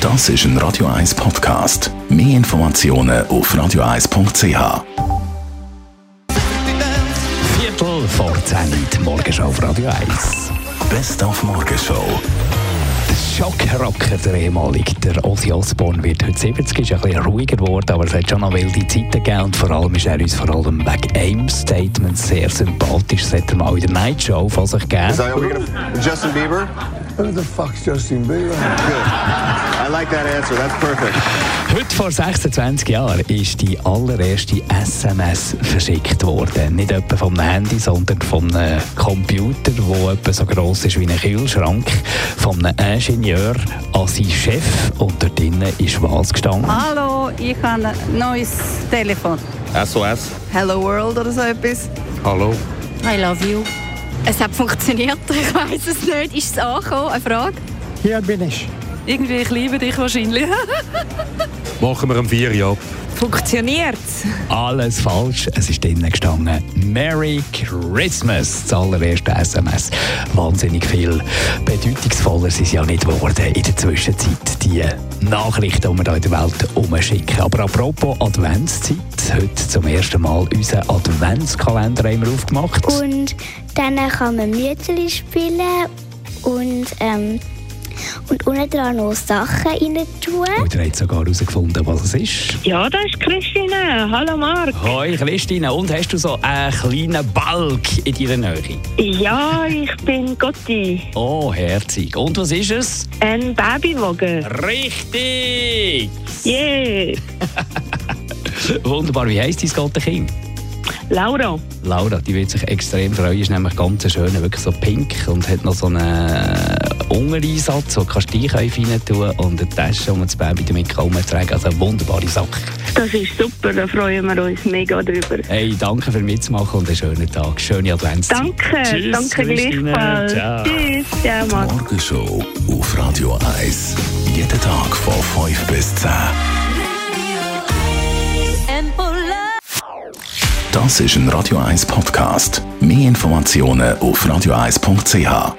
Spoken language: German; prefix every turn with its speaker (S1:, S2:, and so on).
S1: Das ist ein Radio 1 Podcast. Mehr Informationen auf radio1.ch.
S2: Viertel vor 10 die Morgenschau auf Radio 1.
S1: Best auf Morgenshow.
S2: Schockrocker, der ehemalige, der Ozzy Osbourne wird heute 70, ist ein bisschen ruhiger geworden, aber es hat schon noch wilde Zeiten gegeben und vor allem ist er uns vor allem wegen einem Statement sehr sympathisch. Das hat er mal in der Night Show von sich
S3: Is
S2: gegeben.
S3: that we gonna Justin Bieber?
S4: Who the fuck's Justin Bieber?
S3: Good. I like that answer. That's perfect.
S2: Heute vor 26 Jahren ist die allererste SMS verschickt worden. Nicht etwa vom Handy, sondern vom Computer, wo etwa so gross ist wie ein Kühlschrank, von einem Ingenieur an seinen Chef und dort drinnen ist was gestanden.
S5: Hallo, ich habe ein neues Telefon.
S6: SOS.
S5: Hello World oder so etwas.
S6: Hallo.
S7: I love you. Es hat funktioniert, ich weiß es nicht. Ist es angekommen? Eine Frage?
S4: Hier bin ich.
S8: Irgendwie, ich liebe dich wahrscheinlich.
S6: Machen wir am 4 ja.
S8: Funktioniert.
S2: Alles falsch. Es ist drinnen gestanden. Merry Christmas. Das allererste SMS. Wahnsinnig viel bedeutungsvoller sind sie ja nicht geworden in der Zwischenzeit. Die Nachrichten, die wir hier in der Welt umschicken. Aber apropos Adventszeit. Heute zum ersten Mal unseren Adventskalender haben wir aufgemacht.
S9: Und dann kann man Mütterli spielen und, ähm, und unten dran noch Sachen rein tun.
S2: Und ihr habt sogar herausgefunden, was es ist.
S10: Ja, das ist Christine. Hallo Marc.
S2: Hoi Christine, und hast du so einen kleinen Balk in deiner Nähe?
S10: Ja, ich bin Gotti.
S2: Oh, herzig. Und was ist es?
S10: Ein Babywagen.
S2: Richtig!
S10: Yeah.
S2: Wunderbar, wie heisst dein Gottenkind?
S10: Laura.
S2: Laura, die wird sich extrem freuen, ist nämlich ganz ein schöner, wirklich so pink und hat noch so einen äh, Untereinsatz, wo du kannst Einkäufe rein tun und eine Tasche, um das Baby damit kaum zu tragen. Also eine wunderbare Sache.
S10: Das ist super, da freuen wir uns mega drüber.
S2: Hey, danke für mitzumachen und einen schönen Tag. Schöne Adventszeit.
S10: Danke,
S2: Tschüss,
S10: danke
S2: Christine.
S10: gleichfalls.
S2: Ciao.
S10: Tschüss, ciao Marc.
S1: Morgenshow auf Radio 1. Jeden Tag von 5 bis 10. Das ist ein Radio 1 Podcast. Mehr Informationen auf radio1.ch.